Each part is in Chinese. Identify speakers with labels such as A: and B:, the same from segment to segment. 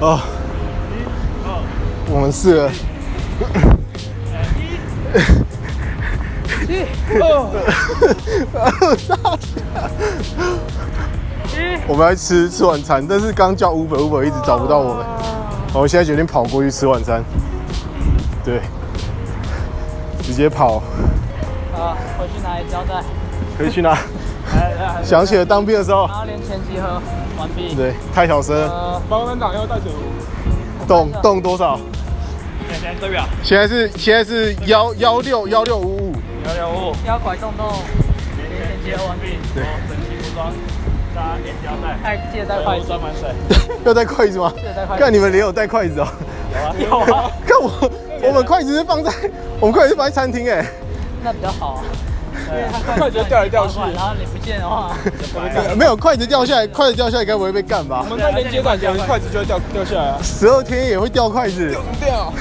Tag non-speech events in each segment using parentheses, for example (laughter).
A: 哦，我们四个， (laughs) 我们要去吃吃晚餐，但是刚叫 Uber Uber 一直找不到我们，我们现在决定跑过去吃晚餐，对，直接跑，
B: 啊，回去拿一胶带，
A: 可以去哪？
B: 来来来
A: 想起了当兵的时候
B: 然，后连前集合完毕。
A: 对，太小声了，
B: 呃，
C: 包班长要带走，
A: 动动多少？
C: 两千对表，
A: 现在是现在是幺幺六幺六五五，
C: 幺幺五，
B: 腰拐洞洞，
C: 连前接完毕，
A: 对
C: 然后整齐服装，扎连腰带，
B: 哎，记得带筷子，
C: 装满水，
A: (laughs) 要带筷子吗
B: 记？得带筷
A: 看
B: 子。
A: 你们也有带筷子哦、
C: 有
A: (laughs)
C: 啊，
A: 看我，我们筷子是放在，我们筷子是放在餐厅哎、
B: 那比较好啊，
C: 快点掉来掉去，
B: 然后你不见的话，
A: 欸没有筷子掉下来，筷子掉下来该不会被干吧
C: 我？们在连接转前筷子就会掉掉下来啊，
A: 十二天也会掉筷子，
B: (laughs)
C: 掉，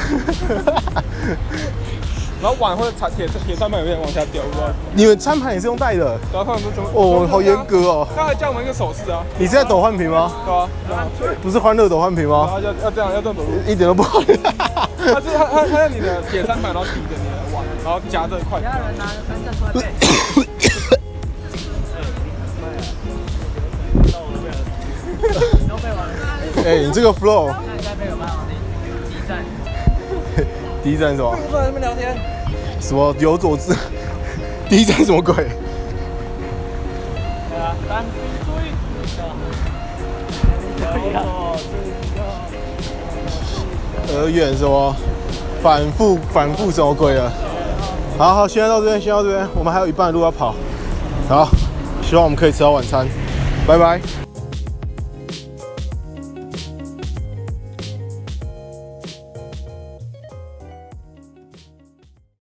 C: 然后碗或者茶铁铁上面有点往下掉，不知道，
A: 你们餐盘也是用带的，
C: 然后他们都全部，
A: 哦，好严格哦、
C: 他还教我们一个手势啊，
A: 你是在抖换屏吗？
C: 对啊，这样
A: 不是欢乐抖换
C: 然
A: 屏吗？
C: 后要要这样要这样走路，
A: 一点都不好。
C: 他是他他他在你的铁三板，然后抵着你的碗，然后夹着筷
B: 不
C: 子
B: 要，有人拿着三证出来背。都背完了，
A: 哎、你这个 flow
B: 那你再背个班长第第一站。
A: 第一站是什么？
B: 坐在那边聊天，
A: 什么有佐之？ (laughs) 第一站什么鬼？
C: 对啊，三兵注意。
A: 呃，远什么？反复反复什么鬼啊？好好，现在到这边，先到这边，我们还有一半的路要跑。好，希望我们可以吃到晚餐，拜拜。